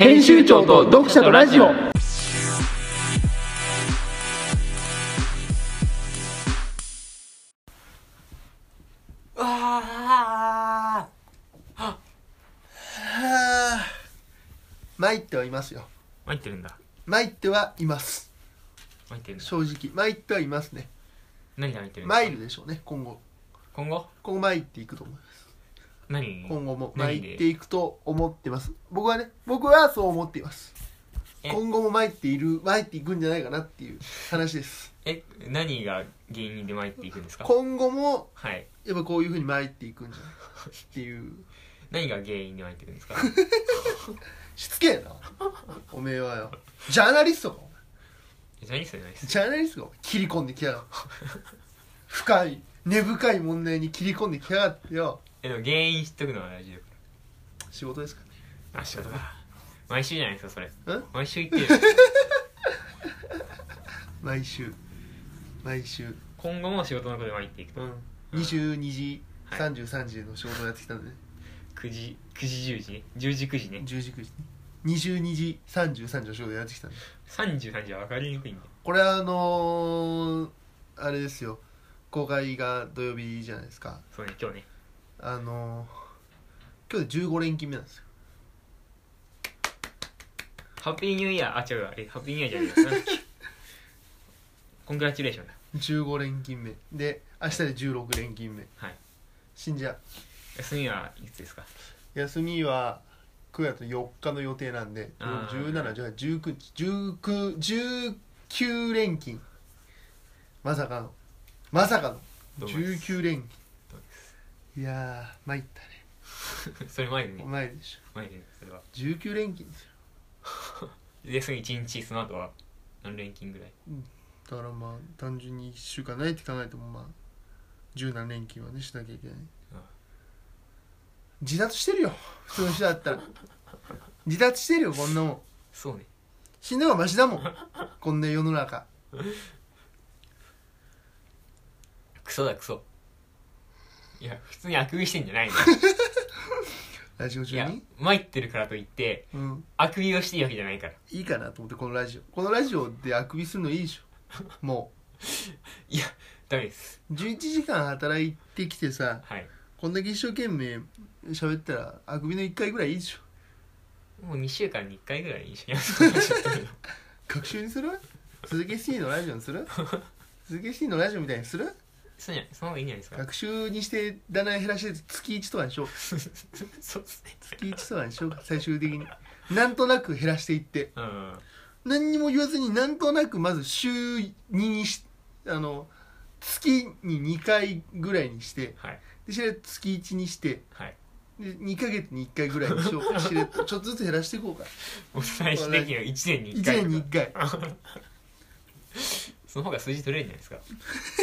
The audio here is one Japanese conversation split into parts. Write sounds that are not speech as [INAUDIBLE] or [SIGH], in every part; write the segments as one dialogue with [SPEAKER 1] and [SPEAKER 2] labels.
[SPEAKER 1] 編集長と読者とラジオ
[SPEAKER 2] あ
[SPEAKER 3] はあ参ってはいますよ
[SPEAKER 2] 参ってるんだ
[SPEAKER 3] 参ってはいます
[SPEAKER 2] 参ってるんだ
[SPEAKER 3] 正直参ってはいますね
[SPEAKER 2] 何が参ってるんだ
[SPEAKER 3] 参るでしょうね今後
[SPEAKER 2] 今後
[SPEAKER 3] 今後参っていくと思います
[SPEAKER 2] 何
[SPEAKER 3] 今後も参
[SPEAKER 2] 何
[SPEAKER 3] っ
[SPEAKER 2] で
[SPEAKER 3] ていくと思ってます僕はね僕はそう思っています
[SPEAKER 2] え
[SPEAKER 3] 今後も参っている参っていくんじゃないかなっていう話です
[SPEAKER 2] え何が原因で参っていくんですか
[SPEAKER 3] 今後も
[SPEAKER 2] はい
[SPEAKER 3] やっぱこういうふうに参っていくんじゃないかっ
[SPEAKER 2] [LAUGHS]
[SPEAKER 3] ていう
[SPEAKER 2] 何が原因で参ってるん
[SPEAKER 3] [LAUGHS]
[SPEAKER 2] ですか
[SPEAKER 3] しつけえなおめえはよジャーナリストかお前
[SPEAKER 2] ジャニーズじゃないです
[SPEAKER 3] ジャーナリストが切り込んできやが
[SPEAKER 2] [LAUGHS]
[SPEAKER 3] って深い根深い問題に切り込んできやがってよ
[SPEAKER 2] えでも原因知っとくのは大事だか
[SPEAKER 3] 仕事ですから
[SPEAKER 2] あ仕事だ毎週じゃないですかそれ
[SPEAKER 3] らん
[SPEAKER 2] 毎週行ってる
[SPEAKER 3] 毎週毎週
[SPEAKER 2] [LAUGHS] 今後も仕事のことで参っていくと、
[SPEAKER 3] うん22時、
[SPEAKER 2] はい
[SPEAKER 3] 33時の仕事をやってきたんでね
[SPEAKER 2] 9時9時10時10時9時ね
[SPEAKER 3] 10時9時22時33時の仕事をやってきたんで
[SPEAKER 2] 33時は分かりにくいんで
[SPEAKER 3] これはあのー、あれですよ公開が土曜日じゃないですか
[SPEAKER 2] そうね今日ね
[SPEAKER 3] あのー、今日で15連勤目なんですよ
[SPEAKER 2] ハッピーニューイヤーあ違うわあれハッピーニューイヤーじゃないですかコングラチュレーションだ
[SPEAKER 3] 15連勤目で明日で16連勤目
[SPEAKER 2] はい
[SPEAKER 3] 死んじゃう
[SPEAKER 2] 休みはいつですか
[SPEAKER 3] 休みは9月4日の予定なんで
[SPEAKER 2] あー
[SPEAKER 3] 1719連勤まさかのまさかの
[SPEAKER 2] どうもです
[SPEAKER 3] 19連
[SPEAKER 2] どうも
[SPEAKER 3] 勤いやー参ったね
[SPEAKER 2] [LAUGHS] それ前にね
[SPEAKER 3] 前でしょ
[SPEAKER 2] 前にねそれは
[SPEAKER 3] 19連勤ですよ
[SPEAKER 2] でその1日その後は何連勤ぐらい
[SPEAKER 3] だからまあ単純に1週間ないって考えてもまあ十何連勤はねしなきゃいけない
[SPEAKER 2] ああ
[SPEAKER 3] 自殺してるよ普通の人だったら自殺してるよこんなもん
[SPEAKER 2] そうね
[SPEAKER 3] 死んだ方がマシだもんこんな世の中
[SPEAKER 2] クソだクソいや普通にあくびしてんじゃないの
[SPEAKER 3] ラジオ
[SPEAKER 2] い
[SPEAKER 3] 中
[SPEAKER 2] や
[SPEAKER 3] に
[SPEAKER 2] 参ってるからといって
[SPEAKER 3] うん
[SPEAKER 2] あくびをしていいわけじゃないから
[SPEAKER 3] いいかなと思ってこのラジオこのラジオであくびするのいいでしょ [LAUGHS] も
[SPEAKER 2] いやダメです
[SPEAKER 3] う11時間働いてきてさ
[SPEAKER 2] はい
[SPEAKER 3] こんだけ一生懸命喋ったらあくびの1回ぐらいいいでしょ
[SPEAKER 2] もう2週間に1回ぐらい一緒に休んでましたけど
[SPEAKER 3] 学習にする鈴木 C のラジオに
[SPEAKER 2] [LAUGHS]
[SPEAKER 3] する鈴木 C のラジオみたいにする
[SPEAKER 2] そうじゃないその方がいいんじゃないですか
[SPEAKER 3] 学習にしてだんだん減らして月1とかにしよう
[SPEAKER 2] [LAUGHS] そうっすね
[SPEAKER 3] 月1とかにしようか最終的になんとなく減らしていって
[SPEAKER 2] うん
[SPEAKER 3] 何にも言わずになんとなくまず週2にしあの月に2回ぐらいにして
[SPEAKER 2] はい
[SPEAKER 3] でそれは月1にして
[SPEAKER 2] はい
[SPEAKER 3] で2ヶ月に1回ぐらいにしようかしれっ [LAUGHS] とちょっとずつ減らしていこうか
[SPEAKER 2] もう最終的には1年に
[SPEAKER 3] 1
[SPEAKER 2] 1回
[SPEAKER 3] 年に1回
[SPEAKER 2] その方が数字取れるんじゃないです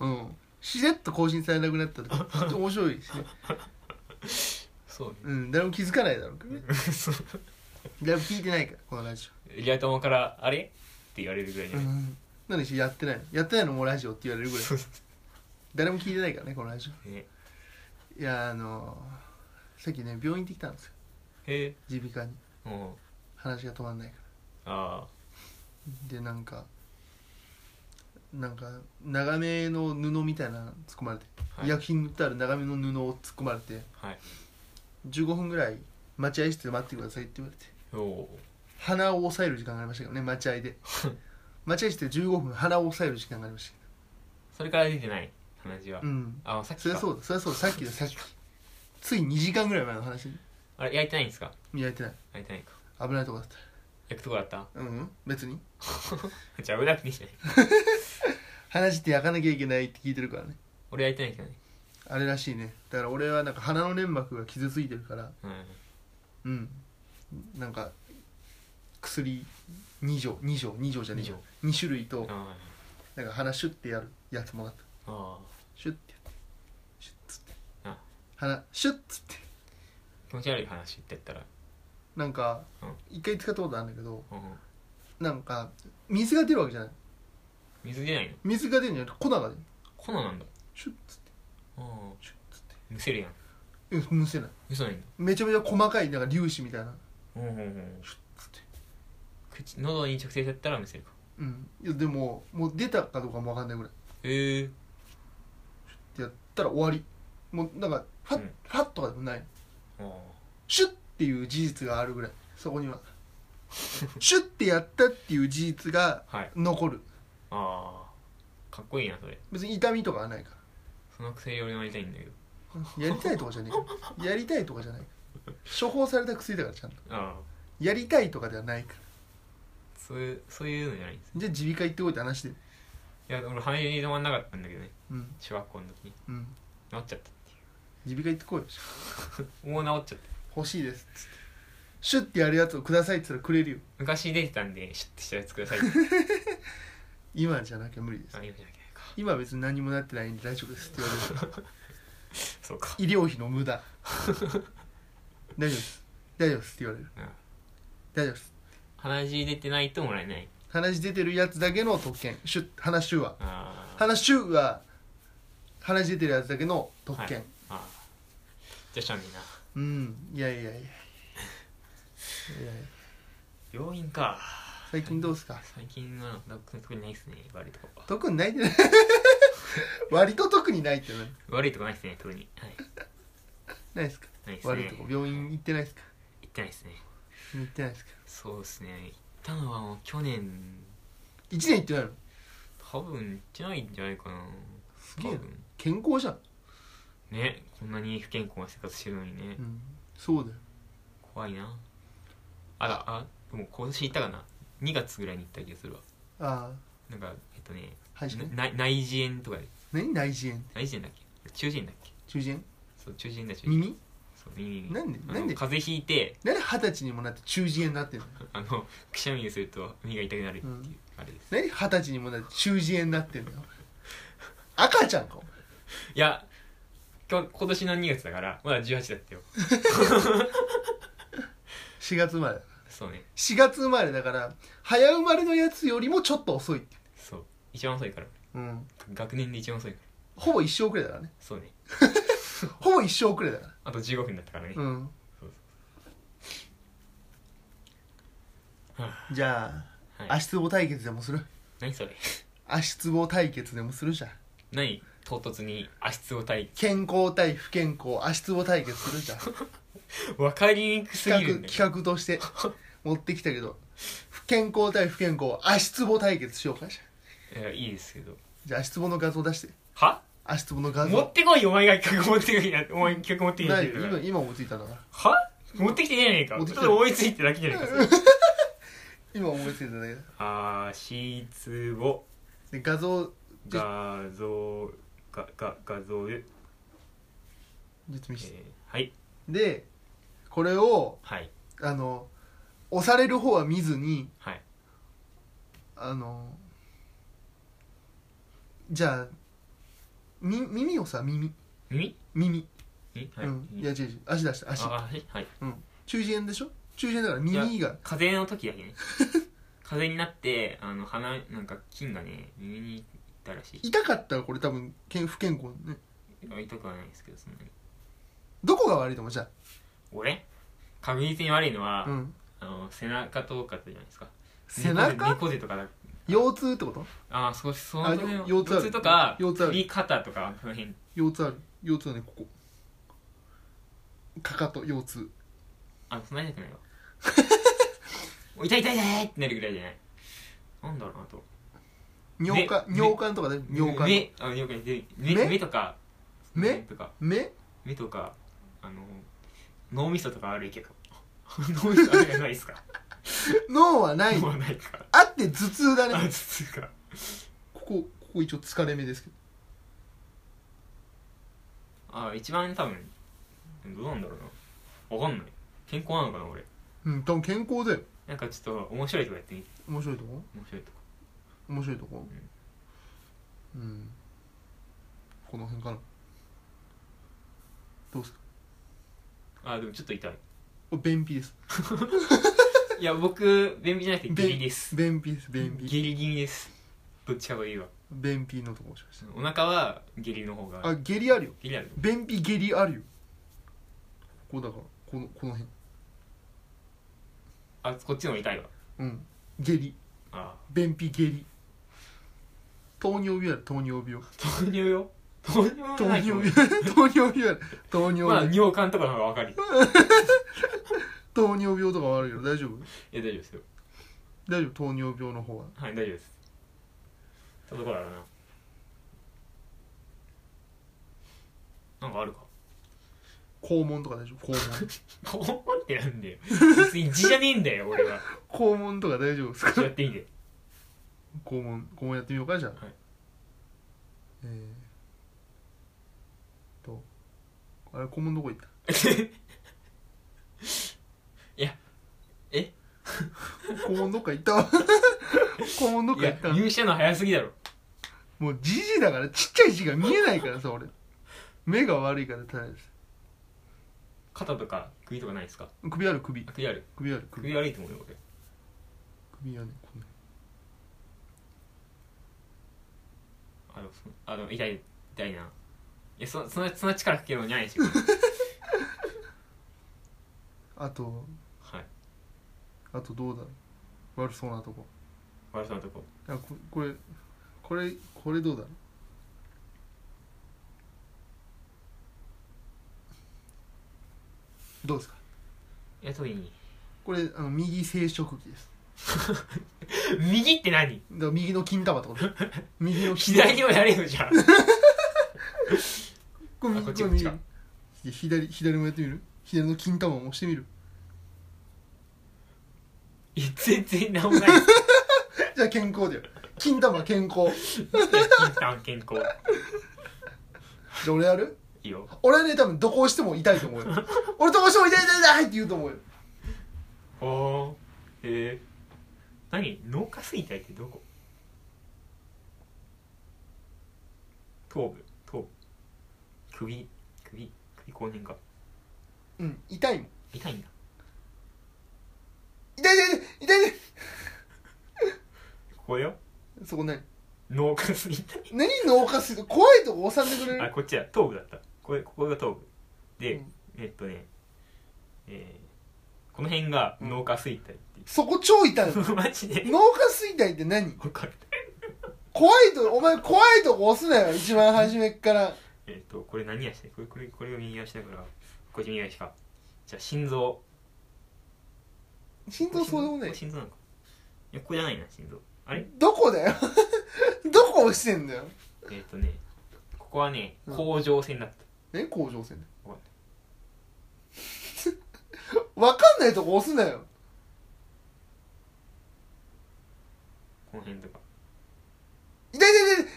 [SPEAKER 2] か
[SPEAKER 3] うんしれっと更新されなくなったとかちょっと面白いですね
[SPEAKER 2] そう
[SPEAKER 3] うん誰も気づかないだろうから [LAUGHS] ね
[SPEAKER 2] ねそう
[SPEAKER 3] 誰も聞いてないからこのラジ
[SPEAKER 2] リア友から「あれ?」って言われるぐらい
[SPEAKER 3] オう
[SPEAKER 2] に
[SPEAKER 3] ん何しやってないのやってないのもうラジオって言われるぐらい誰も聞いてないからねこのラジ
[SPEAKER 2] [LAUGHS] ね
[SPEAKER 3] オいやあのーさっきね病院行ってきたんですよ
[SPEAKER 2] へ
[SPEAKER 3] 耳鼻科に
[SPEAKER 2] えもう
[SPEAKER 3] 話が止まんないか
[SPEAKER 2] あ
[SPEAKER 3] らでなんかなんか長めの布みたいなの突っ込まれて、
[SPEAKER 2] あはい
[SPEAKER 3] 医薬品塗ってある長めの布を突っ込まれて
[SPEAKER 2] はい
[SPEAKER 3] 15分ぐらい待合室で待ってくださいって言われて
[SPEAKER 2] おお
[SPEAKER 3] 鼻を押さえる時間がありましたけどね待合
[SPEAKER 2] [LAUGHS]
[SPEAKER 3] で待合室で15分鼻を押さえる時間がありまし
[SPEAKER 2] それから出てない話は、
[SPEAKER 3] たうん
[SPEAKER 2] あさっき
[SPEAKER 3] そりゃ
[SPEAKER 2] か
[SPEAKER 3] そうだそりゃそうださっき
[SPEAKER 2] [LAUGHS]
[SPEAKER 3] ださっきつい2時間ぐらい前の話
[SPEAKER 2] あれ焼いてないんですか
[SPEAKER 3] 見られてない
[SPEAKER 2] 焼いてないか
[SPEAKER 3] 危ないとこだっ
[SPEAKER 2] 焼くとこだった [LAUGHS]
[SPEAKER 3] たうんうん別に
[SPEAKER 2] じゃあ危なくていいじゃない
[SPEAKER 3] 話って焼かなきゃいけないって聞いてるからね
[SPEAKER 2] 俺焼いてないけどね
[SPEAKER 3] あれらしいねだから俺はなんか鼻の粘膜が傷ついてるから
[SPEAKER 2] うん
[SPEAKER 3] うんなんか薬2錠2錠2錠じゃねえよ2種類と
[SPEAKER 2] あ
[SPEAKER 3] なんか鼻シュッてやるやつもらった
[SPEAKER 2] あああ
[SPEAKER 3] シュッてやってシュッつって
[SPEAKER 2] あ
[SPEAKER 3] 鼻シュッつって
[SPEAKER 2] 気持ち悪い話って言ったら
[SPEAKER 3] なんか
[SPEAKER 2] うん
[SPEAKER 3] 一回使ったことあるんだけど
[SPEAKER 2] うん
[SPEAKER 3] なんか水が出るわけじゃない
[SPEAKER 2] 水出ないの
[SPEAKER 3] 水が出るんじゃなくて粉が出る
[SPEAKER 2] 粉なんだ
[SPEAKER 3] シュッつって
[SPEAKER 2] あ
[SPEAKER 3] シュッつって
[SPEAKER 2] あむせるやん
[SPEAKER 3] うんむせない
[SPEAKER 2] むせないんだ
[SPEAKER 3] めちゃめちゃ細かいなんか粒子みたいな
[SPEAKER 2] へうんうんうん口喉に直接やったらむせるか
[SPEAKER 3] うんいやでももう出たかどうかもわかんないぐらい
[SPEAKER 2] へえ
[SPEAKER 3] ってやったら終わりもうなんかファッ、
[SPEAKER 2] うん
[SPEAKER 3] ファッとかでもない
[SPEAKER 2] ああ
[SPEAKER 3] シュッっていう事実があるぐらいそこには [LAUGHS] シュッてやったっていう事実が
[SPEAKER 2] はい
[SPEAKER 3] 残る
[SPEAKER 2] ああかっこいいなそれ
[SPEAKER 3] 別に痛みとかはないか
[SPEAKER 2] その癖よりなりたいんだけど
[SPEAKER 3] らやりたいとかじゃねえからやりたいとかじゃないから処方された薬だからちゃんと
[SPEAKER 2] ああ
[SPEAKER 3] やりたいとかではないから
[SPEAKER 2] そういうそういうのじゃないんです
[SPEAKER 3] じゃあ耳鼻科行ってこいって話で
[SPEAKER 2] いや俺肺に止まんなかったんだけどね
[SPEAKER 3] うん
[SPEAKER 2] 小学校の時に
[SPEAKER 3] うん
[SPEAKER 2] 治っちゃったってい
[SPEAKER 3] 耳鼻科行ってこいう
[SPEAKER 2] もう治っちゃった
[SPEAKER 3] 欲しいですっつってシュッてやるやつをくださいって言ったらくれるよ
[SPEAKER 2] 昔出てたんでシュッてしたやつくだ
[SPEAKER 3] [LAUGHS]
[SPEAKER 2] さいって
[SPEAKER 3] 今じゃなきゃ無理です
[SPEAKER 2] あ今じゃなきゃいけないか
[SPEAKER 3] 今は別に何もなってないんで大丈夫ですって言われる
[SPEAKER 2] そうか
[SPEAKER 3] 医療費の無駄大丈夫です大丈夫ですって言われる、
[SPEAKER 2] うん
[SPEAKER 3] 大丈夫です
[SPEAKER 2] 鼻血出てないともらえない
[SPEAKER 3] 話出てるやつだけの特権シュ話しゅうは
[SPEAKER 2] ああ
[SPEAKER 3] 話しゅうは話出てるやつだけの特権、
[SPEAKER 2] はああじゃあしゃあねえな
[SPEAKER 3] うんいやいやいやいやいや
[SPEAKER 2] 病院か
[SPEAKER 3] 最近どうですか
[SPEAKER 2] 最近は特にないっすね悪いとこ
[SPEAKER 3] 特にないってない割と特にないってない
[SPEAKER 2] 悪いとこないっすね特にはい
[SPEAKER 3] ないですか
[SPEAKER 2] ないっすね
[SPEAKER 3] 悪いとこ病院行ってないですか
[SPEAKER 2] 行ってないっすね
[SPEAKER 3] 行ってないですか
[SPEAKER 2] そうっすね行ったのはもう去年
[SPEAKER 3] 1年行ってないの
[SPEAKER 2] 多分行ってないんじゃないかな
[SPEAKER 3] すげえ
[SPEAKER 2] 多
[SPEAKER 3] な
[SPEAKER 2] 分
[SPEAKER 3] 健康じゃん、
[SPEAKER 2] ねこんなに不健康な生活してるのにね、
[SPEAKER 3] うん、そうだよ
[SPEAKER 2] 怖いなあらあでも今年行ったかな2月ぐらいに行った気がするわ
[SPEAKER 3] ああ
[SPEAKER 2] なんかえっとね
[SPEAKER 3] 歯医者ね
[SPEAKER 2] な内耳炎とかで
[SPEAKER 3] 何内耳炎
[SPEAKER 2] 内耳炎だっけ中耳炎だっけ
[SPEAKER 3] 中耳炎
[SPEAKER 2] そう中耳炎だ中耳炎
[SPEAKER 3] 耳
[SPEAKER 2] そう耳
[SPEAKER 3] なんで
[SPEAKER 2] あの
[SPEAKER 3] なんで
[SPEAKER 2] 風邪ひいて
[SPEAKER 3] 何で二十歳にもなって中耳炎になってんの
[SPEAKER 2] あの [LAUGHS] くしゃみにすると耳が痛くなるっていう、
[SPEAKER 3] うん
[SPEAKER 2] あれです
[SPEAKER 3] 何で二十歳にもなって中耳炎になってんの赤ちゃんかお前
[SPEAKER 2] いや今日今年の2月だからまだ18だったよ
[SPEAKER 3] 4月生まれ
[SPEAKER 2] そうね
[SPEAKER 3] 4月生まれだから早生まれのやつよりもちょっと遅いって
[SPEAKER 2] そう一番遅いから
[SPEAKER 3] うん
[SPEAKER 2] 学年で一番遅いから
[SPEAKER 3] ほぼ一生遅れだからね
[SPEAKER 2] そうね
[SPEAKER 3] ほぼ一生遅れだから
[SPEAKER 2] あと15分だったからね、
[SPEAKER 3] うん
[SPEAKER 2] そう
[SPEAKER 3] じゃあ
[SPEAKER 2] はい、
[SPEAKER 3] 足つぼ対決でもする
[SPEAKER 2] 何それ
[SPEAKER 3] 足つぼ対決でもするじゃん
[SPEAKER 2] 何唐突に足つぼ対
[SPEAKER 3] 健康対不健康足つぼ対決するじゃん
[SPEAKER 2] 分かりにくすぎる
[SPEAKER 3] 企
[SPEAKER 2] んだよ
[SPEAKER 3] 画企画として持ってきたけど不健康対不健康足つぼ対決しようかじゃあ
[SPEAKER 2] いやいいですけど
[SPEAKER 3] じゃあ足つぼの画像出して
[SPEAKER 2] は
[SPEAKER 3] 足つぼの画
[SPEAKER 2] 持
[SPEAKER 3] 像
[SPEAKER 2] ってこいよお前が企画持ってこい
[SPEAKER 3] [LAUGHS]
[SPEAKER 2] やお前企画持ってきて
[SPEAKER 3] ない
[SPEAKER 2] る
[SPEAKER 3] 今今思いついたんだから
[SPEAKER 2] は持ってきてねえねえか
[SPEAKER 3] 持って
[SPEAKER 2] ちょって
[SPEAKER 3] きない
[SPEAKER 2] と思いついてだけじゃねえか
[SPEAKER 3] [LAUGHS]
[SPEAKER 2] それ
[SPEAKER 3] 今思いついたんだけど
[SPEAKER 2] あーしつぼ
[SPEAKER 3] で画像じゃ
[SPEAKER 2] 画像がが画像で、
[SPEAKER 3] ちょっと見
[SPEAKER 2] え
[SPEAKER 3] せて
[SPEAKER 2] ー、はい
[SPEAKER 3] でこれを
[SPEAKER 2] はい
[SPEAKER 3] あの押される方は見ずに
[SPEAKER 2] はい
[SPEAKER 3] あのじゃあみ耳をさ耳
[SPEAKER 2] 耳
[SPEAKER 3] 耳、
[SPEAKER 2] 耳はい、
[SPEAKER 3] うんいや違う違う足出して足
[SPEAKER 2] ああはいはい
[SPEAKER 3] 中耳炎でしょ中耳炎だから耳が
[SPEAKER 2] 風邪の時だ
[SPEAKER 3] [LAUGHS]
[SPEAKER 2] けね風邪になってあの鼻なんか菌がね耳にいったらしい
[SPEAKER 3] 痛かったらこれ多分けん不健康ね
[SPEAKER 2] あ痛くはないですけどそんなに
[SPEAKER 3] どこが悪いと思うじゃ
[SPEAKER 2] 俺確実に悪いのは、
[SPEAKER 3] あ、うん、
[SPEAKER 2] あの背中とかってじゃないですか
[SPEAKER 3] 背
[SPEAKER 2] 猫背
[SPEAKER 3] 中
[SPEAKER 2] 猫背とかだ
[SPEAKER 3] 腰痛ってこと
[SPEAKER 2] ああそうそうそ
[SPEAKER 3] あ
[SPEAKER 2] う
[SPEAKER 3] 腰痛ある
[SPEAKER 2] 腰痛とか
[SPEAKER 3] 腰痛ある
[SPEAKER 2] 首肩とかその辺
[SPEAKER 3] 腰痛ある腰痛はねここかかと腰痛
[SPEAKER 2] あそんなに痛く
[SPEAKER 3] [LAUGHS]
[SPEAKER 2] ないわお痛い痛い痛いってなるぐらいじゃないなんだろうなと
[SPEAKER 3] 尿管
[SPEAKER 2] 目
[SPEAKER 3] 尿管とかで尿管
[SPEAKER 2] 目あ尿管で目
[SPEAKER 3] 目
[SPEAKER 2] 目とか
[SPEAKER 3] 目
[SPEAKER 2] とか
[SPEAKER 3] 目
[SPEAKER 2] 目とかあの脳みそとか [LAUGHS] 悪いけど脳みそ悪いないですか
[SPEAKER 3] 脳
[SPEAKER 2] [LAUGHS]
[SPEAKER 3] はない
[SPEAKER 2] 脳はないか
[SPEAKER 3] あって頭痛だ
[SPEAKER 2] あ
[SPEAKER 3] ね
[SPEAKER 2] つうか
[SPEAKER 3] ここここ一応疲れ目ですけど
[SPEAKER 2] あ一番多分どうなんだろうなわかんない健康なのかな俺
[SPEAKER 3] うん多分健康だよ
[SPEAKER 2] なんかちょっと面白いとこやってみて
[SPEAKER 3] 面白いとこ
[SPEAKER 2] 面白いとこ
[SPEAKER 3] 面白いとこうんこの辺かなどうですか
[SPEAKER 2] あでもちょっと痛い
[SPEAKER 3] お便秘です
[SPEAKER 2] いや僕便秘じゃなくて下痢です
[SPEAKER 3] 便秘です便秘
[SPEAKER 2] 下痢気味ですどっちかがいいわ
[SPEAKER 3] 便秘のとこ押しました
[SPEAKER 2] お腹は下痢の方が
[SPEAKER 3] あ下痢あるよ
[SPEAKER 2] 下痢ある
[SPEAKER 3] 便秘下痢あるよここだからこのこの辺
[SPEAKER 2] あこっちの方が痛いわ
[SPEAKER 3] うん下痢
[SPEAKER 2] あ
[SPEAKER 3] 便秘下痢糖尿病やろ糖尿病
[SPEAKER 2] 糖尿よ糖尿は
[SPEAKER 3] 糖
[SPEAKER 2] な
[SPEAKER 3] 尿
[SPEAKER 2] いと思う
[SPEAKER 3] 病糖尿病やろ糖尿
[SPEAKER 2] まあ
[SPEAKER 3] 病
[SPEAKER 2] 尿管とかの方が分かるよ
[SPEAKER 3] 糖尿病とかはあるよ大丈夫
[SPEAKER 2] いや大丈夫ですよ
[SPEAKER 3] 大丈夫糖尿病の方は
[SPEAKER 2] はい大丈夫ですそんなところだななんかあるか
[SPEAKER 3] 肛門とか大丈夫肛門
[SPEAKER 2] 肛門ってなんだよ別に字じゃねえんだよ俺は
[SPEAKER 3] 肛門とか大丈夫ですか
[SPEAKER 2] やっていいんだよ
[SPEAKER 3] [LAUGHS] 肛門肛門やってみようかじゃあ、
[SPEAKER 2] はい
[SPEAKER 3] えー、とあれ肛門どこ行った
[SPEAKER 2] いやえ
[SPEAKER 3] 肛門どっか行った [LAUGHS] 肛門どっ
[SPEAKER 2] い
[SPEAKER 3] か行
[SPEAKER 2] や
[SPEAKER 3] った
[SPEAKER 2] 入社の早すぎだろ
[SPEAKER 3] もうじじだからちっちゃい字が見えないからさ俺目が悪いからただです
[SPEAKER 2] 肩とか首とかないですか
[SPEAKER 3] 首ある首
[SPEAKER 2] あ首ある
[SPEAKER 3] 首ある首
[SPEAKER 2] 首悪いと思うよ俺
[SPEAKER 3] 首はねこんな
[SPEAKER 2] あのそあの痛い痛いないやそそんなそんな力かけるのにゃいでしょ
[SPEAKER 3] あと
[SPEAKER 2] はい
[SPEAKER 3] あとどうだろう悪そうなとこ
[SPEAKER 2] 悪そうなとこ
[SPEAKER 3] あここれこれこれどうだろうどうですか
[SPEAKER 2] いや特に
[SPEAKER 3] これあの右生殖器です
[SPEAKER 2] 右って何
[SPEAKER 3] だから右の金玉ってこと
[SPEAKER 2] [LAUGHS]
[SPEAKER 3] 右の金玉
[SPEAKER 2] 左をやれよじゃあ
[SPEAKER 3] これ
[SPEAKER 2] あ
[SPEAKER 3] 右
[SPEAKER 2] こっち
[SPEAKER 3] これ右
[SPEAKER 2] こっち
[SPEAKER 3] いや左左もやってみる左の金玉も押してみる
[SPEAKER 2] いや全然何もないです
[SPEAKER 3] じゃあ健康だよ金玉健康
[SPEAKER 2] 一旦健康
[SPEAKER 3] じゃあ俺やる
[SPEAKER 2] いいよ
[SPEAKER 3] 俺はね多分どこ押しても痛いと思うよ俺どこ押しても痛い痛い痛いって言うと思うよ
[SPEAKER 2] おおへえ何脳下垂体ってどこ頭部頭部首首首後年か
[SPEAKER 3] うん痛いもん
[SPEAKER 2] 痛いんだ
[SPEAKER 3] 痛い痛い痛い痛い痛
[SPEAKER 2] ここよ
[SPEAKER 3] いそこ何
[SPEAKER 2] 脳下垂体
[SPEAKER 3] 何脳下垂怖いとこ押さんでくれ
[SPEAKER 2] あ
[SPEAKER 3] る
[SPEAKER 2] こっちだ頭部だったこれここが頭部で、
[SPEAKER 3] うん
[SPEAKER 2] えっとねえー、この辺が脳下垂体ってい
[SPEAKER 3] そこ超痛いの
[SPEAKER 2] う [LAUGHS] マジで
[SPEAKER 3] 脳下垂体って何
[SPEAKER 2] 分かる
[SPEAKER 3] 怖いとお前怖いとこ押すなよ一番初めっから
[SPEAKER 2] えっ、とこれ何足でこれこれこれが右足だからこっち右足かじゃあ心臓
[SPEAKER 3] 心臓そうでもない
[SPEAKER 2] 心臓なのかいやここじゃないな心臓あれ
[SPEAKER 3] どこだよ [LAUGHS] どこ押してんだよ
[SPEAKER 2] えっ、とねここはね
[SPEAKER 3] うん
[SPEAKER 2] 甲状腺だった、
[SPEAKER 3] え甲状腺
[SPEAKER 2] わかん
[SPEAKER 3] わかんないとこ押すなよ
[SPEAKER 2] この辺とか
[SPEAKER 3] 痛い痛い痛い痛い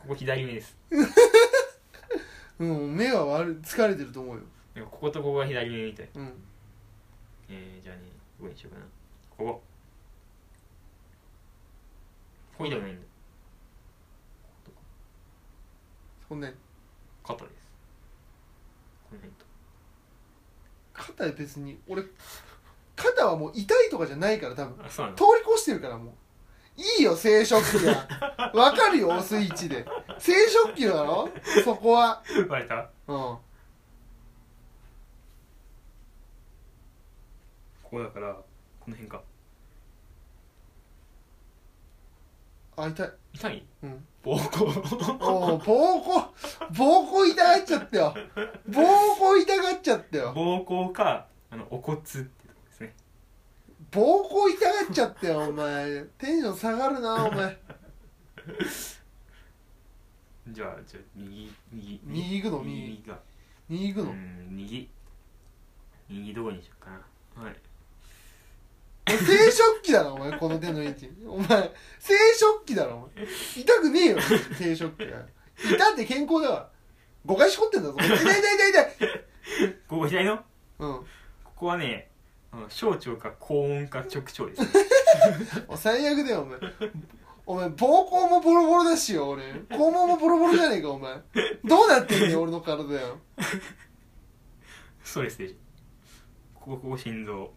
[SPEAKER 2] ここ左目です
[SPEAKER 3] うん目が悪い疲れてると思うよ
[SPEAKER 2] なんかこことここが左目みたい
[SPEAKER 3] うん
[SPEAKER 2] えー、じゃあねどこにしようかなここここじゃないんだ
[SPEAKER 3] そんな
[SPEAKER 2] 肩ですこの辺と
[SPEAKER 3] 肩は別に俺肩はもう痛いとかじゃないから多分
[SPEAKER 2] あそうなの
[SPEAKER 3] 通り越してるからもういいよ生殖器はわかるよ押す位置で生殖器だろそこは
[SPEAKER 2] [LAUGHS] バレた
[SPEAKER 3] うん
[SPEAKER 2] ここだからこの辺か
[SPEAKER 3] あ痛い
[SPEAKER 2] 痛い
[SPEAKER 3] うん
[SPEAKER 2] 膀 [LAUGHS] 胱
[SPEAKER 3] おお膀胱膀胱痛がっちゃったよ膀胱痛がっちゃったよ
[SPEAKER 2] 膀胱かあのお骨ってとこですね
[SPEAKER 3] 膀胱痛がっちゃったよお前テンション下がるなお前
[SPEAKER 2] じゃあじゃあ右右
[SPEAKER 3] 右行くの右
[SPEAKER 2] 右が
[SPEAKER 3] 右行く
[SPEAKER 2] う
[SPEAKER 3] の
[SPEAKER 2] ん右右どこにしようかなはい
[SPEAKER 3] 生殖器だろお前この手の位置お前生殖器だろお前痛くねえよ生殖器が痛って健康だわ誤解しこってんだぞ痛い痛い痛い痛い
[SPEAKER 2] ここ左の
[SPEAKER 3] うん
[SPEAKER 2] ここはねあの小腸か高音か直腸ですね
[SPEAKER 3] お最悪だよお前お前膀胱もボロボロだしよ俺肛門もボロボロじゃねえかお前どうなってんねん俺の体よ
[SPEAKER 2] ストレスでしょここここ心臓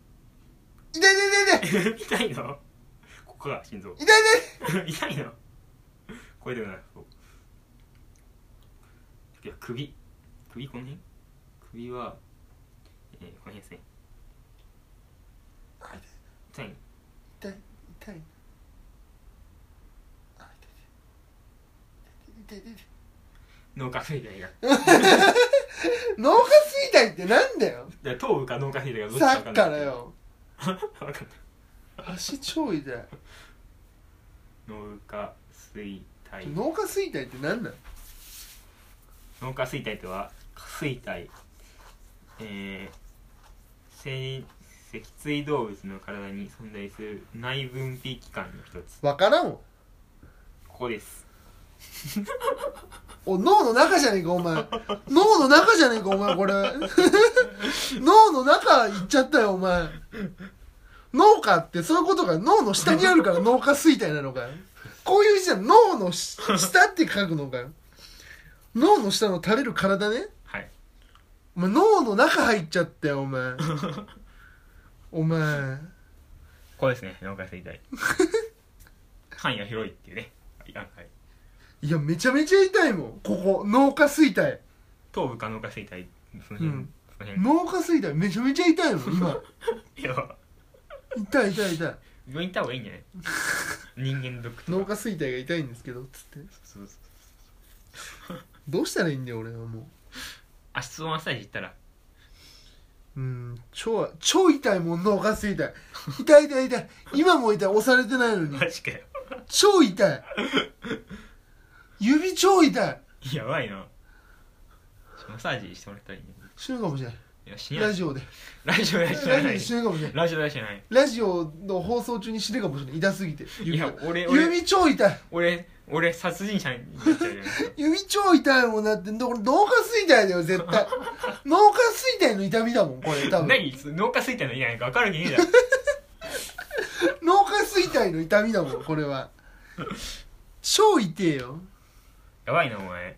[SPEAKER 3] 痛い痛い痛い痛い
[SPEAKER 2] 痛いのここが心臓
[SPEAKER 3] 痛い痛い
[SPEAKER 2] 痛 [LAUGHS] いのこれでもないこういや首首この辺首は、えーこの辺ですね
[SPEAKER 3] あ痛い
[SPEAKER 2] 痛い
[SPEAKER 3] 痛い痛いあ痛い痛い痛い痛い痛い痛い
[SPEAKER 2] 脳下垂体が
[SPEAKER 3] 脳下垂体ってなんだよ
[SPEAKER 2] で頭部か脳下垂体がどっちか
[SPEAKER 3] さ
[SPEAKER 2] 分か
[SPEAKER 3] っき
[SPEAKER 2] ん
[SPEAKER 3] か
[SPEAKER 2] ない
[SPEAKER 3] らよ
[SPEAKER 2] [LAUGHS] 分かんない
[SPEAKER 3] 足超痛い
[SPEAKER 2] 脳下垂体
[SPEAKER 3] 脳下垂体って何なの
[SPEAKER 2] 脳下垂体とは下垂体えー、脊脊椎動物の体に存在する内分泌器官の一つ
[SPEAKER 3] 分からんわ
[SPEAKER 2] ここです
[SPEAKER 3] お脳の中じゃねえかお前脳の中じゃねえかお前これ [LAUGHS] 脳の中行っちゃったよお前脳下ってそういうことか脳の下にあるから脳下垂体なのかよこういう字じゃん脳のし下って書くのかよ脳の下の垂れる体ね
[SPEAKER 2] はい
[SPEAKER 3] お前脳の中入っちゃったよお前お前
[SPEAKER 2] ここですね脳下垂体 [LAUGHS] 範囲が広いっていうねはいあはい
[SPEAKER 3] いやめちゃめちゃ痛いもんここ脳下垂体
[SPEAKER 2] 頭部か脳下垂体その辺、
[SPEAKER 3] うん
[SPEAKER 2] その辺
[SPEAKER 3] 脳下垂体めちゃめちゃ痛いもん今
[SPEAKER 2] いや
[SPEAKER 3] 痛い痛い痛い
[SPEAKER 2] 病院行った方がいいんじゃない人間ドックとか
[SPEAKER 3] 脳下垂体が痛いんですけどつって
[SPEAKER 2] そうそうそう
[SPEAKER 3] どうしたらいいんだよ俺はも
[SPEAKER 2] 足つぼマッサージ行ったら
[SPEAKER 3] ううん超超痛いもん脳下垂体痛い痛い痛い今も痛い押されてないのに
[SPEAKER 2] マジかよ
[SPEAKER 3] 超痛い指超痛い
[SPEAKER 2] やばいなマッサージしてもらったらいいね
[SPEAKER 3] 死ぬかもしれない
[SPEAKER 2] いや死に
[SPEAKER 3] ラ
[SPEAKER 2] ラ
[SPEAKER 3] ジオで
[SPEAKER 2] ジオやし
[SPEAKER 3] ラジオ
[SPEAKER 2] な
[SPEAKER 3] で
[SPEAKER 2] い
[SPEAKER 3] 死ぬかもしれない
[SPEAKER 2] ラジオやしない
[SPEAKER 3] ラジオの放送中に死ぬかもしれない痛すぎて
[SPEAKER 2] い
[SPEAKER 3] 指
[SPEAKER 2] や俺俺
[SPEAKER 3] 指超痛い
[SPEAKER 2] 俺俺殺人者になっちゃうじゃないですか
[SPEAKER 3] 指超痛いもんだってど脳下垂体だよ絶 [LAUGHS] 対脳下垂体の痛みだもんこれ多分
[SPEAKER 2] [LAUGHS] 何脳下垂体のいやないか分かるわけねえだろ
[SPEAKER 3] 脳下垂体の痛みだもんこれは超痛えよ
[SPEAKER 2] やばいなお前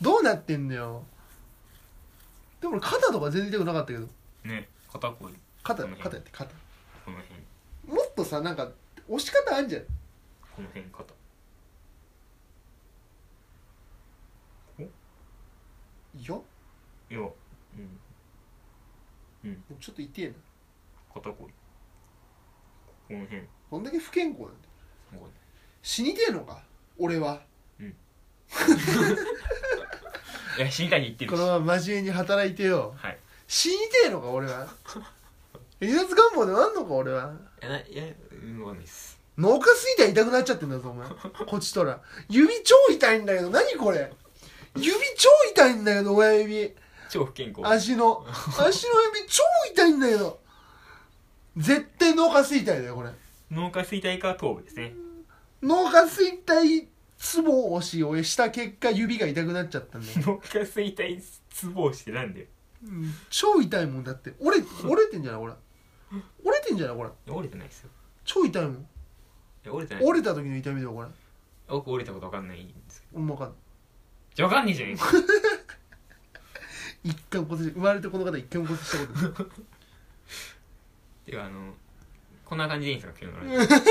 [SPEAKER 3] どうなってんのよでも俺肩とか全然痛くなかったけど
[SPEAKER 2] ね肩こり
[SPEAKER 3] 肩
[SPEAKER 2] うん
[SPEAKER 3] 肩やって肩
[SPEAKER 2] この辺
[SPEAKER 3] もっとさなんか押し方あんじゃん
[SPEAKER 2] この辺肩
[SPEAKER 3] いやでも
[SPEAKER 2] いやうん
[SPEAKER 3] ちょっと痛えな
[SPEAKER 2] 肩こりこの辺
[SPEAKER 3] こんだけ不健康なんだよ死にてえのか俺はい
[SPEAKER 2] や死にたいに行ってる
[SPEAKER 3] こ
[SPEAKER 2] し
[SPEAKER 3] のまま真面目に働いてよ
[SPEAKER 2] はい
[SPEAKER 3] 死にてえのか俺
[SPEAKER 2] [LAUGHS]
[SPEAKER 3] は離脱願望でもあんのか俺はい
[SPEAKER 2] やないやうんわかんないっす
[SPEAKER 3] 脳下垂体痛くなっちゃってんだぞお前こっちとら指超痛いんだけど何これ指超痛いんだけど親指
[SPEAKER 2] 超不健康
[SPEAKER 3] 足の足の指超痛いんだけど絶対脳下垂体だよこれ
[SPEAKER 2] 脳下垂体か頭部ですね [LAUGHS]
[SPEAKER 3] 脳下垂体ツボを押し終えした結果指が痛くなっちゃったんだよ、
[SPEAKER 2] 脳下垂体ツボしてなんだよ
[SPEAKER 3] うん超痛いもんだって折れ折れてんじゃないこれ折れてんじゃないこれ
[SPEAKER 2] いや折れてないっすよ
[SPEAKER 3] 超痛いもん
[SPEAKER 2] いや折れてない
[SPEAKER 3] 折れた時の痛みだよこれ
[SPEAKER 2] 僕折れたことわかんないんですけ
[SPEAKER 3] うまかっ
[SPEAKER 2] どじゃあわかんねえじゃねえ
[SPEAKER 3] [LAUGHS]
[SPEAKER 2] か
[SPEAKER 3] 一回も骨折生まれてこの方一回も骨折したことない
[SPEAKER 2] てかあのこんな感じでいいんですか今日のラジ
[SPEAKER 3] [LAUGHS]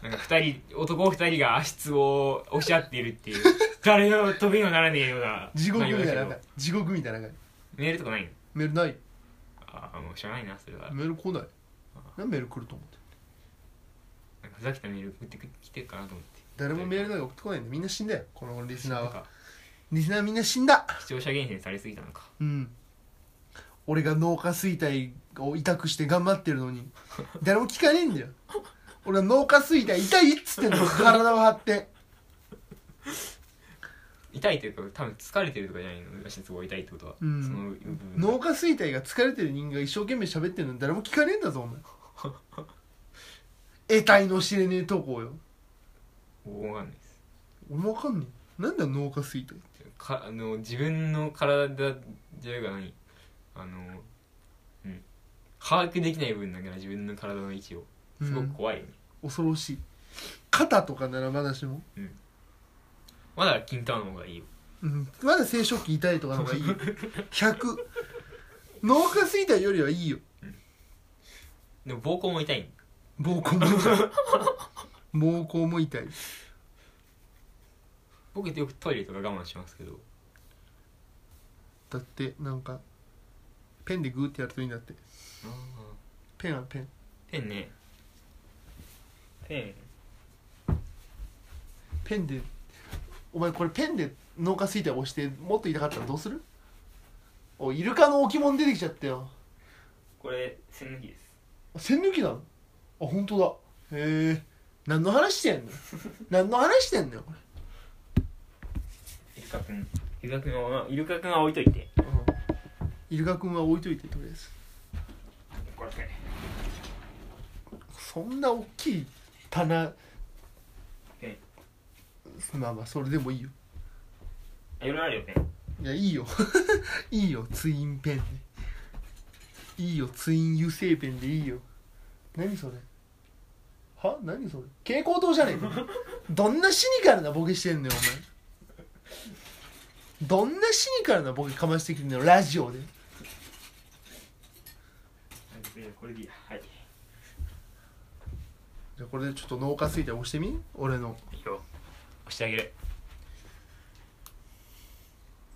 [SPEAKER 2] オなんか二人男二人が足つぼを押し合っているっていう誰の飛びにもならねえような
[SPEAKER 3] [LAUGHS] 地獄みたいな
[SPEAKER 2] 内容だ
[SPEAKER 3] 感
[SPEAKER 2] け
[SPEAKER 3] じ
[SPEAKER 2] ど
[SPEAKER 3] 地獄みたいな感じ
[SPEAKER 2] メールとかないの
[SPEAKER 3] メールない
[SPEAKER 2] ああもう知らないなそれは
[SPEAKER 3] メール来ない何メール来ると思って
[SPEAKER 2] なんかふざけたメール送ってきてるかなと思って
[SPEAKER 3] 誰もメールなんか送ってこないんでみんな死んだよこのリスナー
[SPEAKER 2] なん
[SPEAKER 3] は
[SPEAKER 2] か
[SPEAKER 3] リスナーみんな死
[SPEAKER 2] [LAUGHS]
[SPEAKER 3] んだ
[SPEAKER 2] 視聴者厳選されすぎたのか
[SPEAKER 3] うん俺が脳下垂体を痛くして頑張ってる
[SPEAKER 2] [LAUGHS]
[SPEAKER 3] のに誰も聞かねえんだよ俺は脳下垂体痛いっ
[SPEAKER 2] [LAUGHS]
[SPEAKER 3] つってんの体を張って
[SPEAKER 2] 痛いというか多分疲れてるとかじゃないの足つぼ痛いってことは、
[SPEAKER 3] うん
[SPEAKER 2] その部分
[SPEAKER 3] 脳下垂体が疲れてる人間が一生懸命喋ってるのに誰も聞かねえんだぞ
[SPEAKER 2] [LAUGHS]
[SPEAKER 3] お前得体の知れねえ投稿よ
[SPEAKER 2] わかんないです
[SPEAKER 3] 俺もわかんねえなんだよ脳下垂体
[SPEAKER 2] かあの自分の体じゃがないあのうん把握できない部分だから自分の体の位置をすごく怖いよね、
[SPEAKER 3] 恐ろしい肩とかならまだしも、
[SPEAKER 2] まだ金玉の方がいいよ
[SPEAKER 3] うん、まだ生殖器痛いとかの方がいいよ100脳下垂体よりはいいよ
[SPEAKER 2] でも膀胱も痛い
[SPEAKER 3] 膀胱も痛い膀胱も痛い
[SPEAKER 2] 僕ってよくトイレとか我慢しますけど
[SPEAKER 3] だってなんかペンでグーってやるといいんだって
[SPEAKER 2] あ
[SPEAKER 3] ペンはペン
[SPEAKER 2] ペンねペ
[SPEAKER 3] ペンでお前これペンで脳下垂体押してもっと痛かったらどうするおいイルカの置物出てきちゃったよ
[SPEAKER 2] ンこれ線抜きです
[SPEAKER 3] 線抜きなのあ本当だへえ何の話してんの何の話してんのよこ
[SPEAKER 2] イルカくんイルカくんはまあイルカくんは置いといて
[SPEAKER 3] れ、うんイルカ君は置いといてとりあえず
[SPEAKER 2] これ
[SPEAKER 3] そんな大きい棚
[SPEAKER 2] ペ
[SPEAKER 3] まあまあそれでもいいよ
[SPEAKER 2] あいろいろあるよペン
[SPEAKER 3] いやいいよ [LAUGHS] いいよツインペンでいいよツイン油性ペンでいいよ何それは何それ蛍光灯じゃねえ [LAUGHS] かどんなシニカルなボケしてんのよお前どんなシニカルなボケかましてきてんのよラジオで
[SPEAKER 2] これでいいやはいい
[SPEAKER 3] じゃあこれでちょっと脳下垂体押してみ俺の
[SPEAKER 2] いよ押してあげる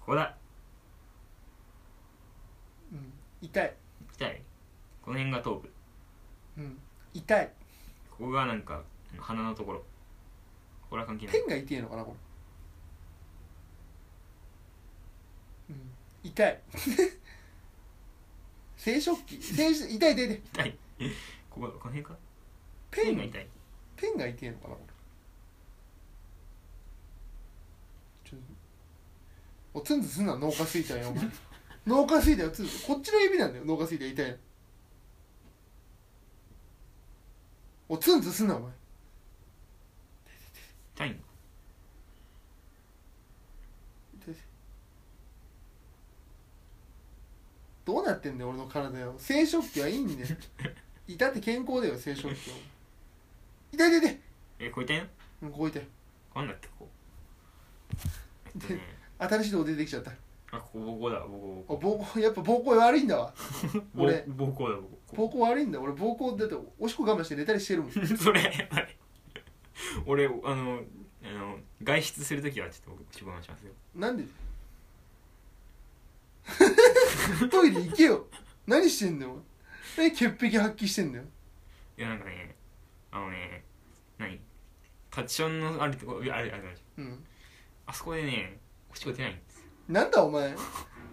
[SPEAKER 2] ここだ
[SPEAKER 3] 痛い
[SPEAKER 2] 痛いこの辺が頭部
[SPEAKER 3] うん痛い
[SPEAKER 2] ここがなんかあの鼻のところここら関係ない
[SPEAKER 3] ペンが痛いのかなこれ、うん、痛い [LAUGHS] 生殖器生殖痛い痛い痛い
[SPEAKER 2] 痛いこここの辺か
[SPEAKER 3] ペ
[SPEAKER 2] ペ
[SPEAKER 3] ン
[SPEAKER 2] ンが痛い
[SPEAKER 3] ペンが痛いのかなこれちょっとおツンズすんな脳下垂体よ
[SPEAKER 2] [LAUGHS]
[SPEAKER 3] お前脳下垂体をツンズこっちの指なんだよ脳下垂体痛いのおツンズすんなお前
[SPEAKER 2] 痛いの
[SPEAKER 3] [LAUGHS] どうなってんだよ俺の体よ生殖器はいいんだよいたって健康だよ生殖器は痛い痛い痛い
[SPEAKER 2] えこれ痛いの
[SPEAKER 3] うんここ痛い
[SPEAKER 2] なんだっけここえっとね
[SPEAKER 3] 新しいとこ出てきちゃった
[SPEAKER 2] あここ膀胱だ膀胱
[SPEAKER 3] お膀胱やっぱ膀胱悪いんだわ俺
[SPEAKER 2] 膀膀胱だ膀胱
[SPEAKER 3] 膀胱悪いんだ俺膀胱だっておしっこ我慢して寝たりしてるも
[SPEAKER 2] [LAUGHS]
[SPEAKER 3] ん
[SPEAKER 2] それあれ俺あのあの外出するときはちょっと僕我慢しますよ
[SPEAKER 3] なんで [LAUGHS] トイレ行けよ何してんだよお前何潔癖発揮してんだよ
[SPEAKER 2] いやなんかねあのね何タッチションのあるとこいやあれあれあれ
[SPEAKER 3] うん
[SPEAKER 2] あそこでねおしっこ出ないんです
[SPEAKER 3] なんだお前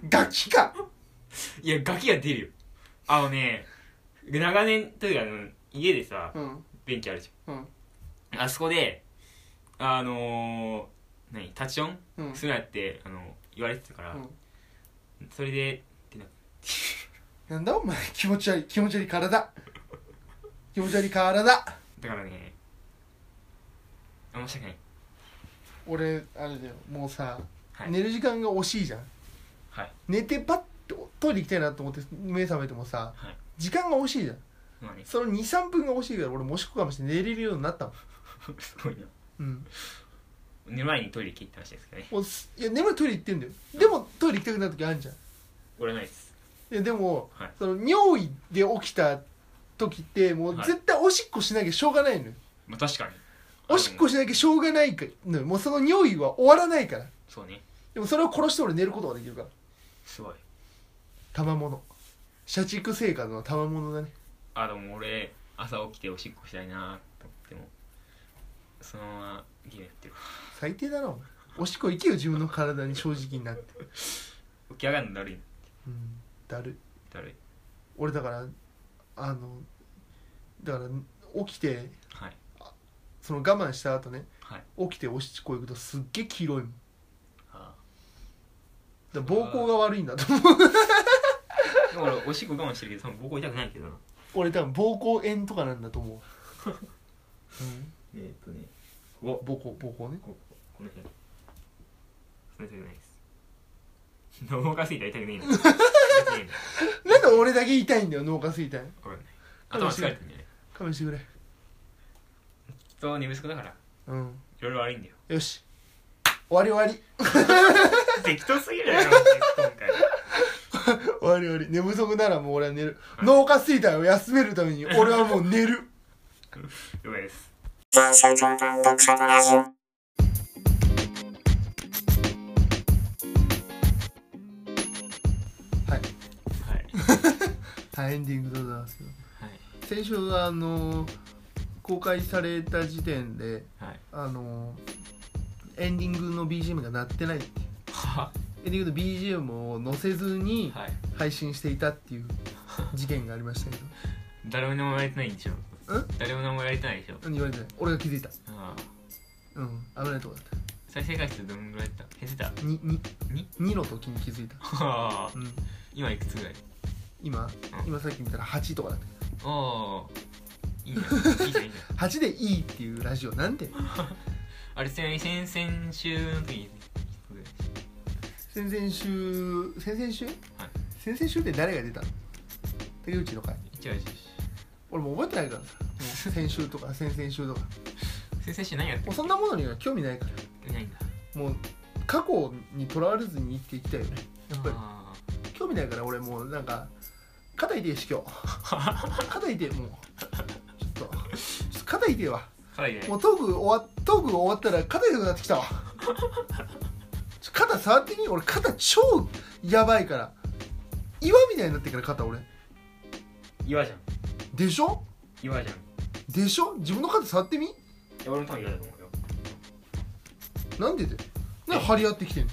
[SPEAKER 3] ガキか
[SPEAKER 2] いやガキが出るよあのね長年というかあの家でさ
[SPEAKER 3] うん
[SPEAKER 2] ベンチあるじ
[SPEAKER 3] うん
[SPEAKER 2] ゃんあそこであのー、何タッチション
[SPEAKER 3] うん
[SPEAKER 2] するなってあの言われてたから、
[SPEAKER 3] うん
[SPEAKER 2] それで出な
[SPEAKER 3] なんだお前気持ち悪い気持ち悪い体気持ち悪い体
[SPEAKER 2] だからねあんましたくない
[SPEAKER 3] 俺あれだよもうさ、
[SPEAKER 2] はい
[SPEAKER 3] 寝る時間が惜しいじゃん、
[SPEAKER 2] はい
[SPEAKER 3] 寝てパッとトイレ行きたいなと思って目覚めてもさ、
[SPEAKER 2] はい
[SPEAKER 3] 時間が惜しいじゃん
[SPEAKER 2] まあね
[SPEAKER 3] その23分が惜しいから俺もしこかもして寝れるようになったもん
[SPEAKER 2] [LAUGHS] すごいな
[SPEAKER 3] うん
[SPEAKER 2] 寝る前にトイレ行けって話ですけどね
[SPEAKER 3] もうすいや眠いトイレ行ってんだよでもトイレ行きたくなる時あるじゃん
[SPEAKER 2] 俺はないです
[SPEAKER 3] いやでも、
[SPEAKER 2] はい
[SPEAKER 3] その尿意で起きた時ってもう
[SPEAKER 2] はい
[SPEAKER 3] 絶対おしっこしなきゃしょうがないのよ、
[SPEAKER 2] まあ確かに
[SPEAKER 3] おしっこしなきゃしょうがないかのよもうその尿意は終わらないから
[SPEAKER 2] そうね
[SPEAKER 3] でもそれを殺して俺寝ることができるから
[SPEAKER 2] すごい
[SPEAKER 3] 賜物社畜生活の賜物だね
[SPEAKER 2] あでも俺朝起きておしっこしたいなと思ってもそのままゲームやってる
[SPEAKER 3] 最低だなお前おしっこ行けよ自分の体に正直になって
[SPEAKER 2] 起き上がるのだるい
[SPEAKER 3] うんだるい
[SPEAKER 2] だるい
[SPEAKER 3] 俺だからあのだから起きて
[SPEAKER 2] はい
[SPEAKER 3] その我慢した後ね
[SPEAKER 2] はい
[SPEAKER 3] 起きておしっこ行くとすっげえ黄色いもん
[SPEAKER 2] あ
[SPEAKER 3] だから膀胱が悪いんだと思う
[SPEAKER 2] あでも俺おしっこ我慢してるけど多分膀胱痛くないけどな
[SPEAKER 3] 俺多分膀胱炎とかなんだと思う、うん
[SPEAKER 2] えーっとねここ
[SPEAKER 3] 膀胱膀胱ね
[SPEAKER 2] こここの辺それ痛くないです脳がす [LAUGHS] いたら痛くねえな痛くねえな
[SPEAKER 3] なんで俺だけ痛いんだよ脳下垂体
[SPEAKER 2] わかんない頭疲れてんじゃない
[SPEAKER 3] 勘弁してくれ
[SPEAKER 2] きっと寝不足だから
[SPEAKER 3] うん
[SPEAKER 2] いろいろ悪いんだよ
[SPEAKER 3] よし終わり終わり
[SPEAKER 2] 適当すぎる [LAUGHS] だろ今回
[SPEAKER 3] 終わり終わり寝不足ならもう俺は寝る、
[SPEAKER 2] はい
[SPEAKER 3] 脳下垂体を休めるために俺はもう寝る
[SPEAKER 2] 了解です
[SPEAKER 3] はい
[SPEAKER 2] はい
[SPEAKER 3] はいエンディングでございますけど
[SPEAKER 2] はい
[SPEAKER 3] 先週あの公開された時点で
[SPEAKER 2] はい
[SPEAKER 3] あのエンディングの BGM が鳴ってないっていう
[SPEAKER 2] は
[SPEAKER 3] エンディングの BGM を載せずに
[SPEAKER 2] はい
[SPEAKER 3] 配信していたっていう事件がありましたけど
[SPEAKER 2] 誰も何もやれてないんでしょ
[SPEAKER 3] え
[SPEAKER 2] 誰も何もやれてないでしょ
[SPEAKER 3] 何言われてない俺が気づいた
[SPEAKER 2] ああ
[SPEAKER 3] うん危ないとこだっ
[SPEAKER 2] 再生回数どんぐらいだった減ってた
[SPEAKER 3] たにに
[SPEAKER 2] に
[SPEAKER 3] 2の時に気づいた、
[SPEAKER 2] はあ
[SPEAKER 3] うん、
[SPEAKER 2] 今いくつぐらい
[SPEAKER 3] 今今さっき見たら8とかだった
[SPEAKER 2] おおいいじゃんいいじゃんいいじゃん
[SPEAKER 3] 8でいいっていうラジオなんて
[SPEAKER 2] あれちなみに先々週の時にいくつぐらい
[SPEAKER 3] 先々週先々週、先々週って誰が出たの竹内の回
[SPEAKER 2] 一応一応
[SPEAKER 3] 俺もう覚えてないからさもう先週とか先々週とか
[SPEAKER 2] 先々週何やって
[SPEAKER 3] もうそんなものには興味ないか
[SPEAKER 2] ないんだ
[SPEAKER 3] らもう過去にとらわれずに生きていきたいよねやっぱり
[SPEAKER 2] あ
[SPEAKER 3] 興味ないから俺もうなんか肩痛いし今日肩痛いもうちょっとちょっと肩痛いわ
[SPEAKER 2] あ辛いね
[SPEAKER 3] もうトーク終わトークが終わったら肩痛くなってきたわちょ肩触ってみ俺肩超やばいから岩みたいになってから肩俺
[SPEAKER 2] 岩じゃん
[SPEAKER 3] でしょ
[SPEAKER 2] 岩じゃん
[SPEAKER 3] でしょ自分の肩触ってみ
[SPEAKER 2] 俺も多分岩だと思うよ
[SPEAKER 3] なんでだよなんで張り合ってきてんの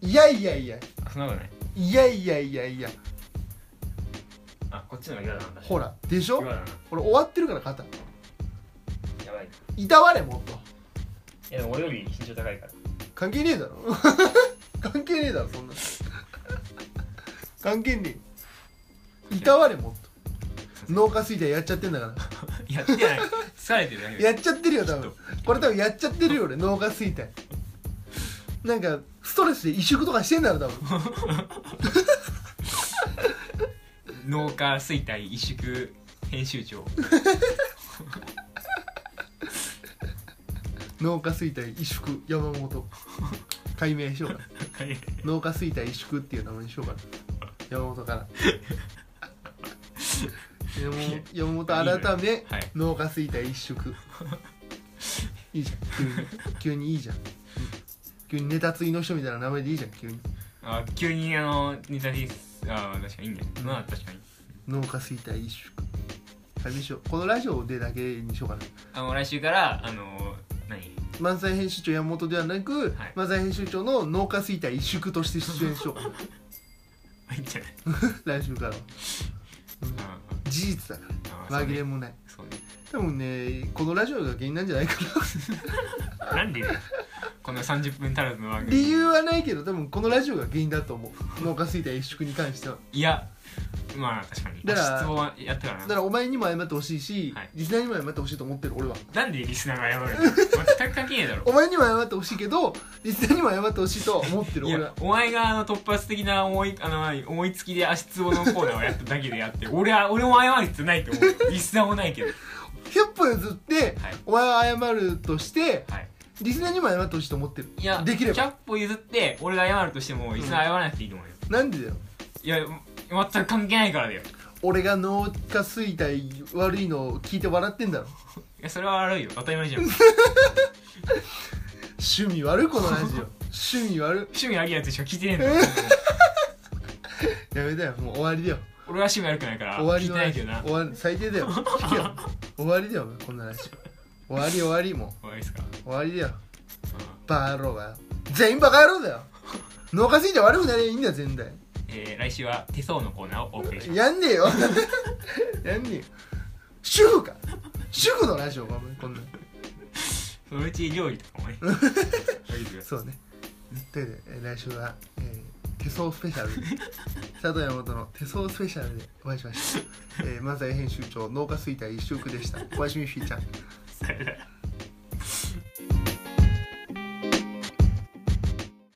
[SPEAKER 3] いやいやいや
[SPEAKER 2] あそんなことない
[SPEAKER 3] いやいやいやいや
[SPEAKER 2] あこっちの方が岩だなんだ
[SPEAKER 3] ほらでしょ
[SPEAKER 2] 岩だな
[SPEAKER 3] 俺終わってるから肩
[SPEAKER 2] やばいない
[SPEAKER 3] たわれもっと
[SPEAKER 2] やでも俺より身長高いから
[SPEAKER 3] 関係ねえだろ [LAUGHS] 関係ねえだろそんな [LAUGHS] 関係ねえいたわれもっと脳下垂体やっちゃってんだか
[SPEAKER 2] やってない疲れてるだけ
[SPEAKER 3] らやっちゃってるよ多分これ多分やっちゃってるよ俺脳下垂体なんかストレスで萎縮とかしてんだろ多分
[SPEAKER 2] 脳下衰退萎縮編集長
[SPEAKER 3] 脳下垂体萎縮山本解明しようかな脳下垂体萎縮っていう名前にしようかな山本から山本山本改め
[SPEAKER 2] はい
[SPEAKER 3] 脳下垂体一縮いいじゃん急に急にいいじゃんうん急にネタついの人みたいな名前でいいじゃん急に
[SPEAKER 2] あ急にあの似たりあー確かにいいね
[SPEAKER 3] うん
[SPEAKER 2] まあ確かに
[SPEAKER 3] 脳下垂体一縮解明しようこのラジオでだけにしようかな
[SPEAKER 2] あの来週からあの何
[SPEAKER 3] 漫才編集長山本ではなく、
[SPEAKER 2] はい
[SPEAKER 3] 漫才編集長の脳下垂体一縮として出演しようか
[SPEAKER 2] 入っちゃない [LAUGHS]
[SPEAKER 3] な来週からは
[SPEAKER 2] あー
[SPEAKER 3] 事実だか
[SPEAKER 2] あー
[SPEAKER 3] ら
[SPEAKER 2] そう
[SPEAKER 3] 紛
[SPEAKER 2] ね
[SPEAKER 3] れもない
[SPEAKER 2] そうね
[SPEAKER 3] 多分ねこのラジオが原因なんじゃないかな
[SPEAKER 2] なんでねこの30分足らずの番組
[SPEAKER 3] 理由はないけど多分このラジオが原因だと思う脳下垂体一縮に関してはい
[SPEAKER 2] やまあ確かに
[SPEAKER 3] だから
[SPEAKER 2] 質問はやったからな
[SPEAKER 3] だからお前にも謝ってほしいし、
[SPEAKER 2] はい
[SPEAKER 3] リスナーにも謝ってほしいと思ってる俺は
[SPEAKER 2] なんでリスナーが謝るの全く関係ねえだろ
[SPEAKER 3] お前にも謝ってほしいけどリスナーにも謝ってほしいとは思ってる
[SPEAKER 2] い
[SPEAKER 3] 俺は
[SPEAKER 2] やお前があの突発的な思いあの思いつきで足つぼのコーナーをやっただけでやって [LAUGHS] 俺は俺も謝る必要ないと思うよリスナーもないけど
[SPEAKER 3] 100歩譲って、
[SPEAKER 2] はい
[SPEAKER 3] お前は謝るとして
[SPEAKER 2] はい
[SPEAKER 3] リスナーにも謝ってほしいと思ってる
[SPEAKER 2] いや
[SPEAKER 3] できれば
[SPEAKER 2] 100歩譲って俺が謝るとしてもリスナー謝らなくていいと思うよ、
[SPEAKER 3] なんでだよ
[SPEAKER 2] いや全く関係ないからだよ
[SPEAKER 3] 俺が脳下垂体悪いのを聞いて笑ってんだろ
[SPEAKER 2] いやそれは悪いよ当たり
[SPEAKER 3] [LAUGHS]
[SPEAKER 2] 前じゃん
[SPEAKER 3] 趣味悪いこのラジオ趣味悪
[SPEAKER 2] 趣味あるやつしか聞いてねえん
[SPEAKER 3] [LAUGHS]
[SPEAKER 2] だよ
[SPEAKER 3] いやめだよもう終わりだよ
[SPEAKER 2] 俺は趣味悪くないから
[SPEAKER 3] 終わり
[SPEAKER 2] 聞いて
[SPEAKER 3] の
[SPEAKER 2] ない
[SPEAKER 3] ラジ
[SPEAKER 2] け
[SPEAKER 3] オ
[SPEAKER 2] どな
[SPEAKER 3] 終わり最低だ
[SPEAKER 2] [LAUGHS]
[SPEAKER 3] よ聞けよ終わりだよお前こんなラジオ終わり終わりも
[SPEAKER 2] 終わりですか、
[SPEAKER 3] う終わりだ
[SPEAKER 2] う
[SPEAKER 3] よ
[SPEAKER 2] ん
[SPEAKER 3] バカ野郎がよ全員バカ野郎だよ脳下垂体悪くなりゃいいんだよ全体
[SPEAKER 2] えー来週は手相のコーナーをお送りします
[SPEAKER 3] やんねえよ [LAUGHS] やんねえよ主婦か主婦のラジオかお前こんなん
[SPEAKER 2] そのうち料理とかも
[SPEAKER 3] [LAUGHS]
[SPEAKER 2] ね大丈夫です
[SPEAKER 3] そうねということでえー来週は、えー手相スペシャル
[SPEAKER 2] [LAUGHS]
[SPEAKER 3] 佐藤山本の手相スペシャルでお会いしましょう、えー、漫才編集長農家衰退一色でしたおやすみフィーちゃん
[SPEAKER 2] さよなら